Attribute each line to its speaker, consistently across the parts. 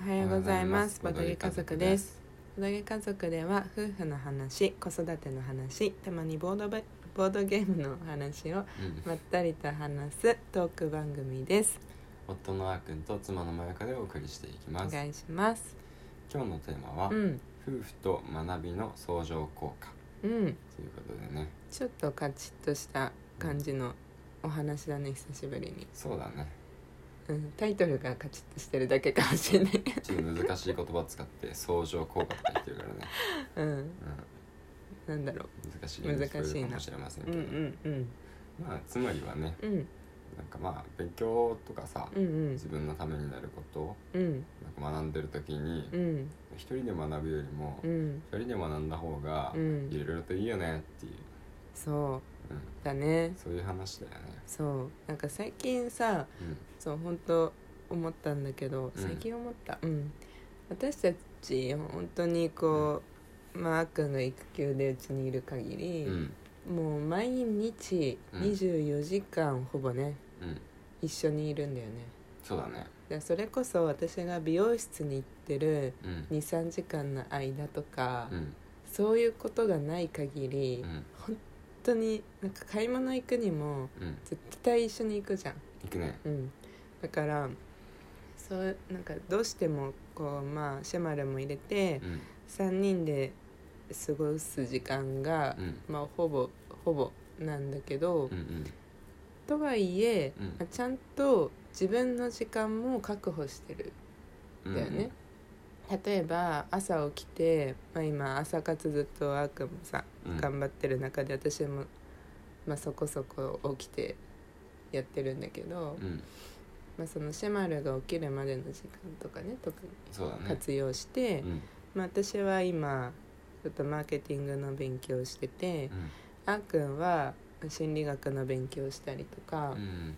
Speaker 1: おはようございます。ボドゲ家族です。ボドゲ家族では夫婦の話、子育ての話、たまにボードべボードゲームの話を
Speaker 2: うん、
Speaker 1: まったりと話すトーク番組です。
Speaker 2: 夫のあーくんと妻のまやかでお送りしていき
Speaker 1: お
Speaker 2: ます
Speaker 1: 願いします。
Speaker 2: 今日のテーマは、
Speaker 1: うん、
Speaker 2: 夫婦と学びの相乗効果
Speaker 1: うん、
Speaker 2: ということでね
Speaker 1: ちょっとカチッとした感じのお話だね、久しぶりに。
Speaker 2: そうだね
Speaker 1: うん、タイトルがカチッとしてるだけかもしれない。
Speaker 2: ちょっと難しい言葉使って相乗効果とか言ってるからね、
Speaker 1: うん、なんだろ
Speaker 2: うん、難しいように聞こえる
Speaker 1: 難しいな
Speaker 2: かもしれません
Speaker 1: う。う
Speaker 2: け
Speaker 1: ん、
Speaker 2: ど、
Speaker 1: うん、
Speaker 2: まあつまりはね
Speaker 1: うん、うん、
Speaker 2: なんかまあ勉強とかさ、
Speaker 1: うん
Speaker 2: 自、分のためになることを
Speaker 1: うん、
Speaker 2: なんか学んでる時に
Speaker 1: うん、
Speaker 2: 一、人で学ぶよりも
Speaker 1: う
Speaker 2: 一、
Speaker 1: ん、
Speaker 2: 人で学んだ方が
Speaker 1: うん
Speaker 2: いろいろといいよねっていう、
Speaker 1: そう
Speaker 2: うん、
Speaker 1: だね。
Speaker 2: そういう話だよね、
Speaker 1: そうなんか最近さ
Speaker 2: うん、
Speaker 1: そう本当思ったんだけど
Speaker 2: うん
Speaker 1: 最近思った、うん私たち本当にこう、まああっくんが育休でうちにいる限り、
Speaker 2: うん
Speaker 1: もう毎日
Speaker 2: うん
Speaker 1: 24時間ほぼね、
Speaker 2: うん
Speaker 1: 一緒にいるんだよね
Speaker 2: そうだね
Speaker 1: だからそれこそ私が美容室に行ってる
Speaker 2: うん
Speaker 1: 23時間の間とか、
Speaker 2: うん
Speaker 1: そういうことがない限り、
Speaker 2: う
Speaker 1: 本
Speaker 2: ん
Speaker 1: 当になんか買い物行くにも
Speaker 2: うん
Speaker 1: 絶対一緒に行くじゃん
Speaker 2: いくね
Speaker 1: うん、だからそうなんかどうしてもこうまあシェマルも入れて
Speaker 2: うん
Speaker 1: 3人で過ごす時間が
Speaker 2: う、ん
Speaker 1: まあほぼほぼなんだけど、
Speaker 2: うんうん
Speaker 1: とはいえ、
Speaker 2: うん
Speaker 1: まあちゃんと自分の時間も確保してる
Speaker 2: うんん
Speaker 1: だよね。例えば朝起きて、まあ、今朝活ずっとあーくんもさ
Speaker 2: うん
Speaker 1: 頑張ってる中で私も、まあ、そこそこ起きてやってるんだけど、
Speaker 2: うん
Speaker 1: まあ、そのシェマルが起きるまでの時間とかね特に
Speaker 2: そうだね
Speaker 1: 活用して、
Speaker 2: うん
Speaker 1: まあ、私は今ちょっとマーケティングの勉強をしてて、
Speaker 2: うん
Speaker 1: あーくんは心理学の勉強をしたりとか、あ
Speaker 2: うん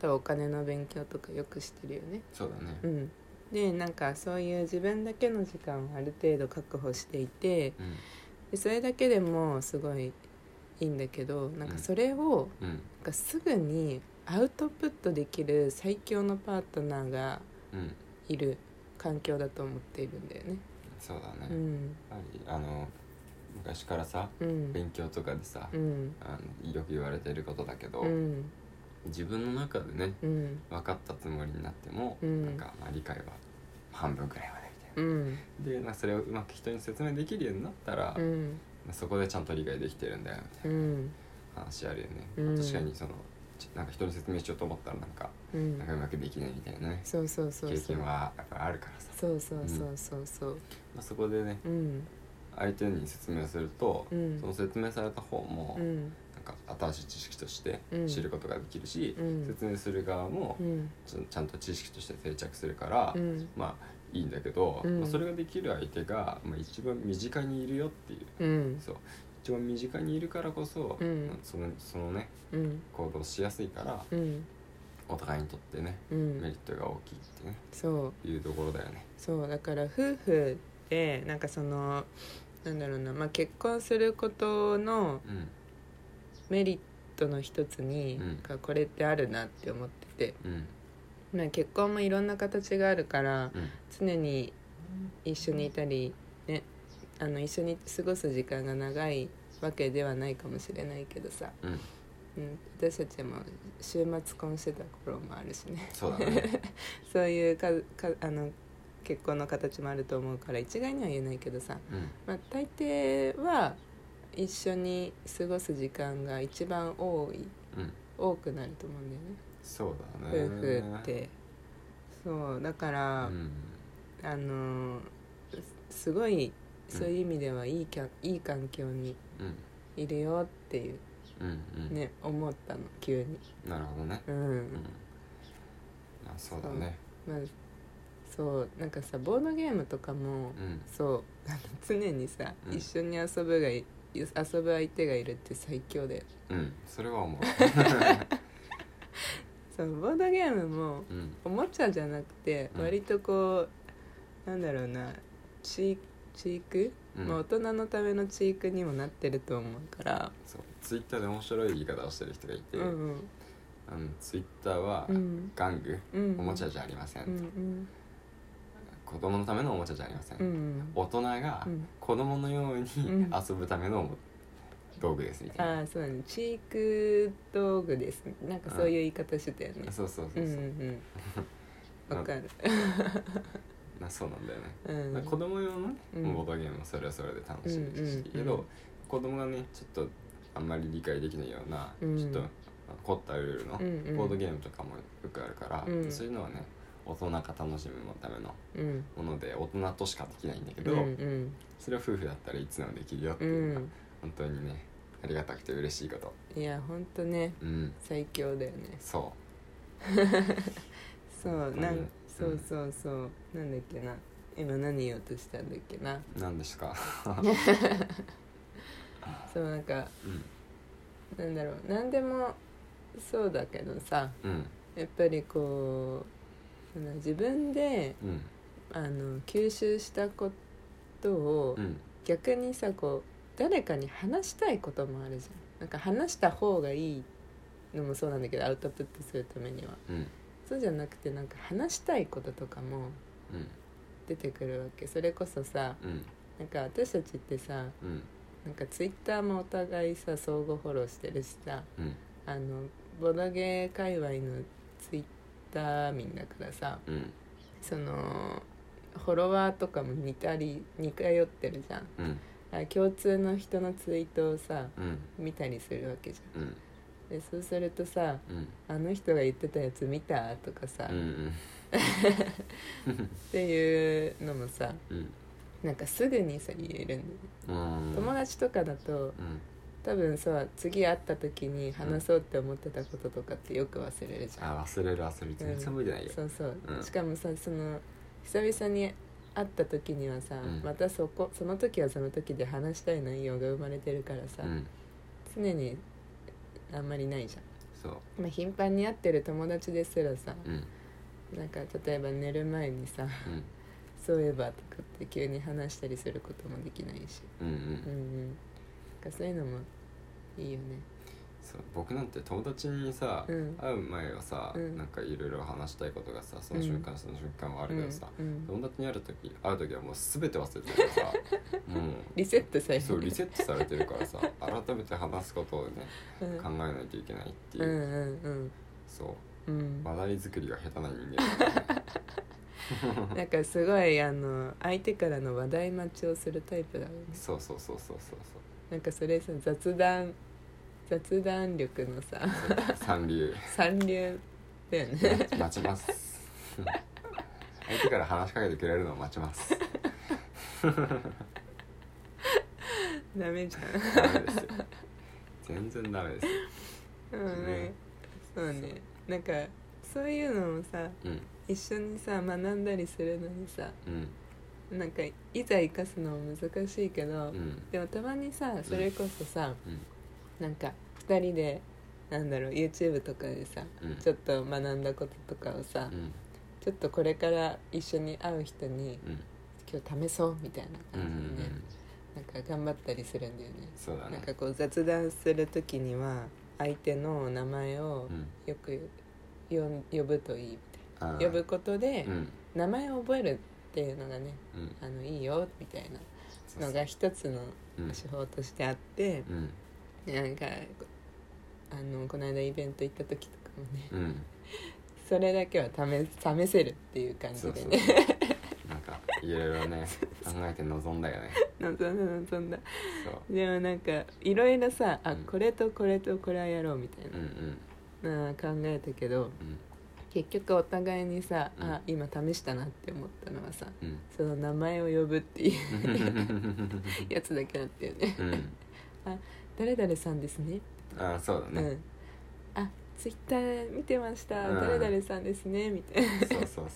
Speaker 1: とお金の勉強とかよくしてるよね。
Speaker 2: そうだね
Speaker 1: うん、でなんかそういう自分だけの時間をある程度確保していて
Speaker 2: うん
Speaker 1: でそれだけでもすごいいいんだけどなんかそれを
Speaker 2: うん
Speaker 1: なんかすぐにアウトプットできる最強のパートナーが
Speaker 2: うん
Speaker 1: いる環境だと思っているんだよね。
Speaker 2: そうだ
Speaker 1: う
Speaker 2: ね
Speaker 1: ん、
Speaker 2: やっぱりあの昔からさ
Speaker 1: うん、
Speaker 2: 勉強とかでさ
Speaker 1: うん、
Speaker 2: あのよく言われてることだけど
Speaker 1: うん、
Speaker 2: 自分の中でね
Speaker 1: うん、
Speaker 2: 分かったつもりになっても
Speaker 1: うん
Speaker 2: なんかまあ理解は半分くらいまでみたい
Speaker 1: うん、
Speaker 2: なでまあそれをうまく人に説明できるようになったら
Speaker 1: うん、
Speaker 2: まあそこでちゃんと理解できてるんだよみたいな
Speaker 1: うん、
Speaker 2: 話あるよね、
Speaker 1: うん
Speaker 2: 確かにそのちなんか人に説明しようと思ったらなんか
Speaker 1: うん
Speaker 2: なんかうまくできないみたいなね
Speaker 1: そうそうそう
Speaker 2: 経
Speaker 1: そう
Speaker 2: 験。はやっぱあるからさ、
Speaker 1: そうそうそうそうそう。
Speaker 2: まあ、そこでね
Speaker 1: うん、
Speaker 2: 相手に説明すると、
Speaker 1: うん
Speaker 2: その説明された方も
Speaker 1: うん、
Speaker 2: なんか新しい知識として
Speaker 1: うん
Speaker 2: 知ることができるし、
Speaker 1: うん
Speaker 2: 説明する側も
Speaker 1: うん、
Speaker 2: ちゃんちゃんと知識として定着するから、
Speaker 1: うん、
Speaker 2: まあいいんだけど、
Speaker 1: うん
Speaker 2: まあ、それができる相手が、まあ、一番身近にいるよっていう
Speaker 1: うん、
Speaker 2: そう一番身近にいるからこそ、
Speaker 1: うん
Speaker 2: そのそのね
Speaker 1: うん、
Speaker 2: 行動しやすいから
Speaker 1: うん、
Speaker 2: お互いにとってね
Speaker 1: う
Speaker 2: メリ
Speaker 1: ん
Speaker 2: ッ、トが大きいってね
Speaker 1: そう。
Speaker 2: いうところだよね
Speaker 1: そうだから夫婦ってなんかそのなんだろうな、まあ、結婚することの
Speaker 2: うん
Speaker 1: メリットの一つに、
Speaker 2: うん
Speaker 1: なんかこれってあるなって思ってて、
Speaker 2: うん
Speaker 1: まあ、結婚もいろんな形があるから
Speaker 2: うん
Speaker 1: 常に一緒にいたり、ね、あの一緒に過ごす時間が長いわけではないかもしれないけどさ、
Speaker 2: うん
Speaker 1: うん、私たちも週末婚してた頃もあるしね
Speaker 2: そうだね
Speaker 1: そういうかかあの結婚の形もあると思うから一概には言えないけどさ
Speaker 2: うん
Speaker 1: まあ、大抵は一緒に過ごす時間が一番多い
Speaker 2: うん
Speaker 1: 多くなると思うん
Speaker 2: そうだ
Speaker 1: だ
Speaker 2: ね
Speaker 1: よね夫婦ってそうだから、
Speaker 2: うん
Speaker 1: あのーすすごいそういう意味ではいいきゃ、いい環境に
Speaker 2: うん
Speaker 1: いるよっていう
Speaker 2: うんうん
Speaker 1: ね、思ったの急に
Speaker 2: なるほどね
Speaker 1: う
Speaker 2: うん
Speaker 1: ん、
Speaker 2: まあそうだね
Speaker 1: まあそうなんかさボードゲームとかも
Speaker 2: うん
Speaker 1: そうあの常にさ、
Speaker 2: うん
Speaker 1: 一緒に遊ぶがい遊ぶ相手がいるって最強だよ
Speaker 2: うんそれは思う
Speaker 1: そうボードゲームも
Speaker 2: うん
Speaker 1: おもちゃじゃなくて
Speaker 2: うん
Speaker 1: 割とこう、なんだろうなチーチーク、
Speaker 2: うん
Speaker 1: まあ、大人のためのチークにもなってると思うから、
Speaker 2: そうツイッターで面白い言い方をしてる人がいて
Speaker 1: うん
Speaker 2: あのツイッターは
Speaker 1: うん
Speaker 2: 玩具
Speaker 1: うん
Speaker 2: おもちゃ
Speaker 1: ゃ
Speaker 2: じゃありませ
Speaker 1: うんん
Speaker 2: 子子供のためのおもちゃじゃありません、
Speaker 1: うん
Speaker 2: 大人が
Speaker 1: うん
Speaker 2: 子供のように
Speaker 1: うん
Speaker 2: 遊ぶための道具ですみたいな、
Speaker 1: ああそうだねチーク道具ですなんかそういう言い方してたよね
Speaker 2: そうそうそううそ
Speaker 1: ん
Speaker 2: う、
Speaker 1: うんうんわかる
Speaker 2: なそうなんだよね、
Speaker 1: うん
Speaker 2: まあ子供用のね、
Speaker 1: うん
Speaker 2: ボードゲームもそれはそれで楽しいですし、
Speaker 1: うんうんうん
Speaker 2: けど子供がねちょっとあんまり理解できないような、
Speaker 1: うん
Speaker 2: ちょっと凝ったルールの
Speaker 1: うんうん
Speaker 2: ボードゲームとかもよくあるから、
Speaker 1: うん
Speaker 2: そういうのはね大人が楽しむための
Speaker 1: うん
Speaker 2: もので大人としかできないんだけ
Speaker 1: う
Speaker 2: ど、
Speaker 1: ん
Speaker 2: それは夫婦だったらいつでもできるよって
Speaker 1: う
Speaker 2: いうの
Speaker 1: ん
Speaker 2: が、
Speaker 1: うん
Speaker 2: 本当にねありがたくて嬉しいこと
Speaker 1: いやほんとね
Speaker 2: うん
Speaker 1: 最強だよね
Speaker 2: そ
Speaker 1: そうな
Speaker 2: うん
Speaker 1: んそうそうそうなんだっけな今何言おうとしたんだっけな
Speaker 2: うなんですか
Speaker 1: そうなんか
Speaker 2: う
Speaker 1: な
Speaker 2: ん
Speaker 1: んだろう何でもそうだけどさ
Speaker 2: うん
Speaker 1: やっぱりこうその自分で
Speaker 2: うん
Speaker 1: あの吸収したことを
Speaker 2: うん
Speaker 1: 逆にさこう誰かに話したいこともあるじゃんなんか話した方がいいのもそうなんだけどアウトプットするためには
Speaker 2: うん
Speaker 1: そうじゃなくてなんか話したいこととかも
Speaker 2: うん
Speaker 1: 出てくるわけそれこそさ
Speaker 2: うん
Speaker 1: なんか私たちってさ
Speaker 2: うん
Speaker 1: なんかツイッターもお互いさ相互フォローしてるしさ
Speaker 2: うん
Speaker 1: あのボドゲー界隈のツイッター民だからさ
Speaker 2: うん
Speaker 1: そのフォロワーとかも似たり似通ってるじゃん
Speaker 2: うん
Speaker 1: あ共通の人のツイートをさ
Speaker 2: うん
Speaker 1: 見たりするわけじ
Speaker 2: うん
Speaker 1: ゃんでそうするとさ
Speaker 2: うん
Speaker 1: 「あの人が言ってたやつ見た?」とかさ、
Speaker 2: うん
Speaker 1: っ
Speaker 2: うん
Speaker 1: ていうのもさ
Speaker 2: うん
Speaker 1: なんかすぐにさ言えるんだよね
Speaker 2: うん
Speaker 1: 友達とかだと
Speaker 2: うん
Speaker 1: 多分さ次会った時に話そうって思ってたこととかってよく忘れるじゃん、
Speaker 2: あ忘れる忘れる全然覚えてないよ
Speaker 1: そうそう、
Speaker 2: うん
Speaker 1: しかもさその久々に会った時にはさ、
Speaker 2: うん
Speaker 1: またそこその時はその時で話したい内容が生まれてるからさ、
Speaker 2: うん
Speaker 1: 常にあんまりないじゃん
Speaker 2: そう
Speaker 1: まあ、頻繁に会ってる友達ですらさ
Speaker 2: うん
Speaker 1: なんか例えば寝る前にさ
Speaker 2: うん
Speaker 1: 「そういえば」とかって急に話したりすることもできないし
Speaker 2: うんう
Speaker 1: うん
Speaker 2: ん
Speaker 1: うんなんかそういうのもいいよね
Speaker 2: そう僕なんて友達にさ
Speaker 1: うん
Speaker 2: 会う前はさ
Speaker 1: うん
Speaker 2: なんかいろいろ話したいことがさその瞬間その瞬間はあるけどさ
Speaker 1: うんうん
Speaker 2: 友達に会う時会う時はもう全て忘れてるからさも
Speaker 1: リセットされ
Speaker 2: う
Speaker 1: る
Speaker 2: そうリセットされてるからさ改めて話すことをね
Speaker 1: うん
Speaker 2: 考えないといけないって
Speaker 1: う
Speaker 2: い
Speaker 1: ん
Speaker 2: う
Speaker 1: うん
Speaker 2: そ
Speaker 1: うんうん
Speaker 2: う話題作りが下手な人間 だからね
Speaker 1: なんかすごいあの相手からの話題待ちをするタイプだよね
Speaker 2: そうそうそうそうそうそう
Speaker 1: なんかそれさ雑談雑談力の さ
Speaker 2: 三流
Speaker 1: 三流だよね
Speaker 2: 待ちます 相手から話しかけてくれるのを待ちます
Speaker 1: ダメじゃん
Speaker 2: ダメですよ全然ダメですよ
Speaker 1: うんね
Speaker 2: ね
Speaker 1: そうねなんかそういうのもさ
Speaker 2: うん
Speaker 1: 一緒にさ学んだりするのにさ
Speaker 2: うん
Speaker 1: なんかいざ生かすのも難しいけど、
Speaker 2: うん
Speaker 1: でもたまにさそれこそさ、
Speaker 2: うん
Speaker 1: なんか2人でなんだろう YouTube とかでさ
Speaker 2: うん
Speaker 1: ちょっと学んだこととかをさ、
Speaker 2: うん
Speaker 1: ちょっとこれから一緒に会う人に
Speaker 2: うん
Speaker 1: 今日試そうみたいな
Speaker 2: うんうん
Speaker 1: 感
Speaker 2: う
Speaker 1: じでね、
Speaker 2: ん
Speaker 1: なんか頑張ったりするんだよね
Speaker 2: そうだ
Speaker 1: なん
Speaker 2: ね
Speaker 1: かこう雑談する時には相手の名前を
Speaker 2: うん
Speaker 1: よくよん呼ぶといいみたい
Speaker 2: あー
Speaker 1: な呼ぶことで
Speaker 2: うん
Speaker 1: 名前を覚えるっていうのがね
Speaker 2: うん
Speaker 1: あのいいよみたい
Speaker 2: そう
Speaker 1: な
Speaker 2: そう
Speaker 1: のが一つの
Speaker 2: うん
Speaker 1: 手法としてあって
Speaker 2: うん
Speaker 1: なんかあのこの間イベント行った時とかもね
Speaker 2: うん
Speaker 1: それだけは試試せるっていう感
Speaker 2: そ
Speaker 1: じ
Speaker 2: う
Speaker 1: で
Speaker 2: そう
Speaker 1: ね
Speaker 2: なんかいろいろね考えて臨んだよね
Speaker 1: 望んだ望んだ
Speaker 2: そ
Speaker 1: でもなんかいろいろさあ
Speaker 2: うん
Speaker 1: これとこれとこれはやろうみたいう
Speaker 2: うんうん
Speaker 1: ななあ考えたけど
Speaker 2: うん
Speaker 1: 結局お互いにさ
Speaker 2: うん
Speaker 1: あ今試したなって思ったのはさ
Speaker 2: うん
Speaker 1: その名前を呼ぶっていう
Speaker 2: うん
Speaker 1: やつだけだったよね
Speaker 2: うん
Speaker 1: 「誰々さんですね」
Speaker 2: あーそうだ
Speaker 1: う
Speaker 2: ね
Speaker 1: ん「あツイッター見てました
Speaker 2: うん
Speaker 1: 誰々さんですね」みたいな
Speaker 2: そうそうそうそう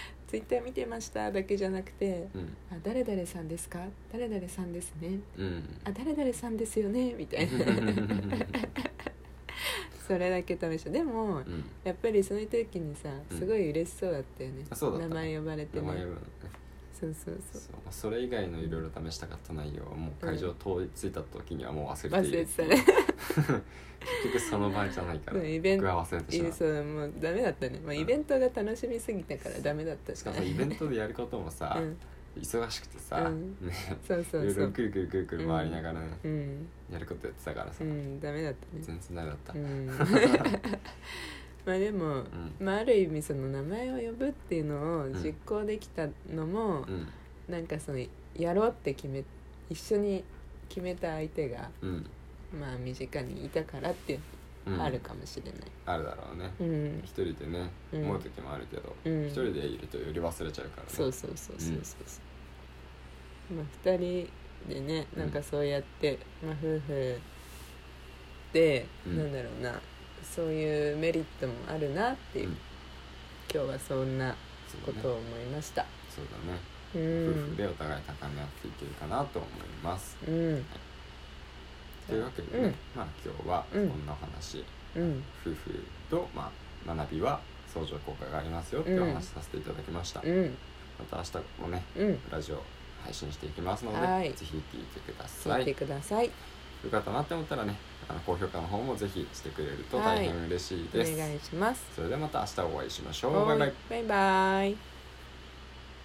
Speaker 1: 「ツイッター見てました」だけじゃなくて
Speaker 2: うん
Speaker 1: 「あ誰々さんですか誰々さんですね」
Speaker 2: うん
Speaker 1: 「あ誰々さんですよね」みたい なそれだけ試したでも
Speaker 2: うん
Speaker 1: やっぱりそういう時にさ
Speaker 2: うん
Speaker 1: すごい嬉しそうだったよね、
Speaker 2: あそうだった
Speaker 1: 名前呼ばれて
Speaker 2: 名前
Speaker 1: ね
Speaker 2: は
Speaker 1: そうそうそう
Speaker 2: そうまあそれ以外のいろいろ試したかった内容はもう会場通り着いた時にはもう忘れ
Speaker 1: 忘
Speaker 2: ている
Speaker 1: れてたね
Speaker 2: 結局その場合じゃないから
Speaker 1: うんイベント
Speaker 2: 僕は忘れてしまう
Speaker 1: そうもうダメだったね、まあ、イベントが楽しみすぎたからダメだった
Speaker 2: し
Speaker 1: し
Speaker 2: か
Speaker 1: ね
Speaker 2: もさイベントでやることもさ、
Speaker 1: うん、
Speaker 2: 忙しくてさ、
Speaker 1: うん
Speaker 2: ね
Speaker 1: そうそ
Speaker 2: いうろい
Speaker 1: そ
Speaker 2: ろ
Speaker 1: う
Speaker 2: くるくるくるくる回りながらね、
Speaker 1: うん
Speaker 2: やることやってたからさ、
Speaker 1: うんダメだったね
Speaker 2: 全然ダメだった、
Speaker 1: う
Speaker 2: う
Speaker 1: ん
Speaker 2: ん
Speaker 1: まあでも、まあ、ある意味その名前を呼ぶっていうのを
Speaker 2: ん
Speaker 1: 実行できたのも、
Speaker 2: うん
Speaker 1: なんかそのやろうって決め一緒に決めた相手が
Speaker 2: うん
Speaker 1: まあ身近にいたからっていう
Speaker 2: う
Speaker 1: の
Speaker 2: ん
Speaker 1: はあるかもしれない、
Speaker 2: あるだろうね
Speaker 1: うん
Speaker 2: 一人でね
Speaker 1: うん
Speaker 2: 思う時もあるけど、
Speaker 1: うん
Speaker 2: 一人でいるとより忘れちゃうからね
Speaker 1: そうそうそうそうそうそう、まあ2人でねなんかそうやって、まあ、夫婦で、
Speaker 2: うん
Speaker 1: なんだろうなそういうメリットもあるなっていう、
Speaker 2: うん
Speaker 1: 今日はそんな
Speaker 2: そう
Speaker 1: こ
Speaker 2: だ
Speaker 1: と
Speaker 2: ね
Speaker 1: を思いました、
Speaker 2: そうだね、
Speaker 1: うん
Speaker 2: 夫婦でお互い高め合っていけるかなと思います
Speaker 1: うん
Speaker 2: というわけでね、まあ今日はこ
Speaker 1: うん
Speaker 2: んなお話、
Speaker 1: うん
Speaker 2: 夫婦と、まあ、学びは相乗効果がありますよってお話しさせていただきました、
Speaker 1: うん
Speaker 2: また明日もね
Speaker 1: うん
Speaker 2: ラジオ配信していきますので、
Speaker 1: はい
Speaker 2: ぜひ聞いてくださ
Speaker 1: 聞い
Speaker 2: い
Speaker 1: てください、
Speaker 2: よかったなって思ったらねあの高評価の方もぜひしてくれると
Speaker 1: はい
Speaker 2: 大変嬉しいです、
Speaker 1: お願いします
Speaker 2: それではまた明日お会いしましょう
Speaker 1: は
Speaker 2: バ
Speaker 1: い
Speaker 2: イバイ
Speaker 1: バイバイ